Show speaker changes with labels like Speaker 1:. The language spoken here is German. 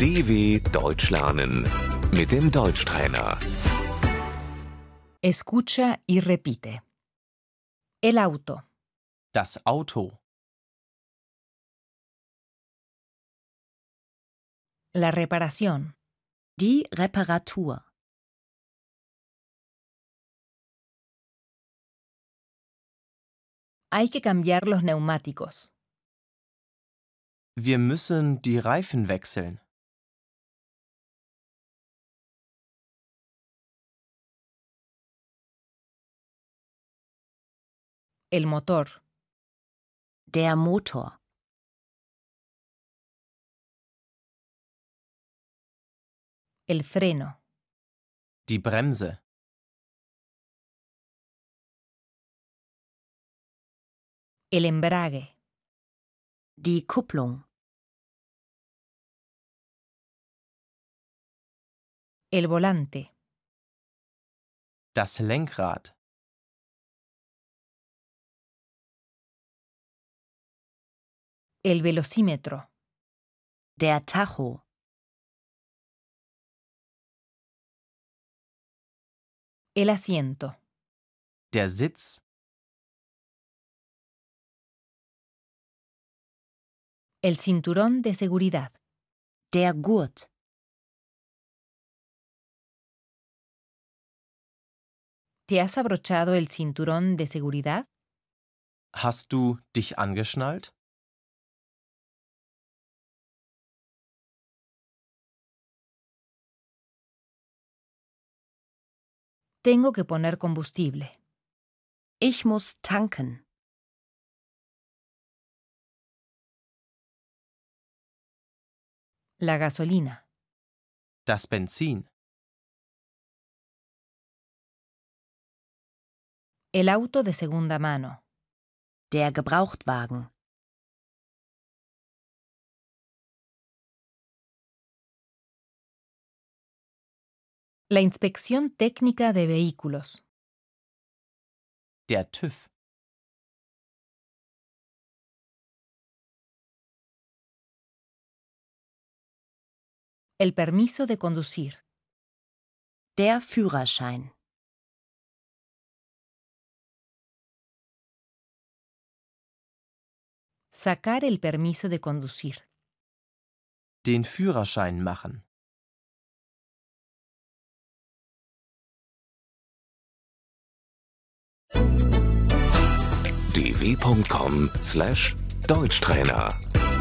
Speaker 1: DW Deutsch lernen mit dem Deutschtrainer.
Speaker 2: Escucha y repite. El auto,
Speaker 3: Das Auto,
Speaker 2: la reparación,
Speaker 4: Die Reparatur.
Speaker 2: hay que cambiar los neumáticos,
Speaker 3: wir müssen die Reifen wechseln.
Speaker 2: el motor,
Speaker 4: Der Motor.
Speaker 2: el freno,
Speaker 3: Die Bremse,
Speaker 2: el embrague,
Speaker 4: Die Kupplung.
Speaker 2: el volante,
Speaker 3: das Lenkrad,
Speaker 2: el velocímetro,
Speaker 4: Der Tacho.
Speaker 2: el asiento,
Speaker 3: der Sitz,
Speaker 2: el cinturón de seguridad,
Speaker 4: Der Gurt.
Speaker 2: ¿te has abrochado el cinturón de seguridad?
Speaker 3: Hast du dich angeschnallt?
Speaker 2: Tengo que poner combustible,
Speaker 4: Ich muss tanken.
Speaker 2: la gasolina,
Speaker 3: Das Benzin,
Speaker 2: el auto de segunda mano,
Speaker 4: Der Gebrauchtwagen.
Speaker 2: la inspección técnica de vehículos,
Speaker 3: der TÜV,
Speaker 2: el permiso de conducir.
Speaker 4: Der Führerschein.
Speaker 2: Sacar el permiso de conducir.
Speaker 3: den Führerschein machen.
Speaker 1: dw.com/deutschtrainer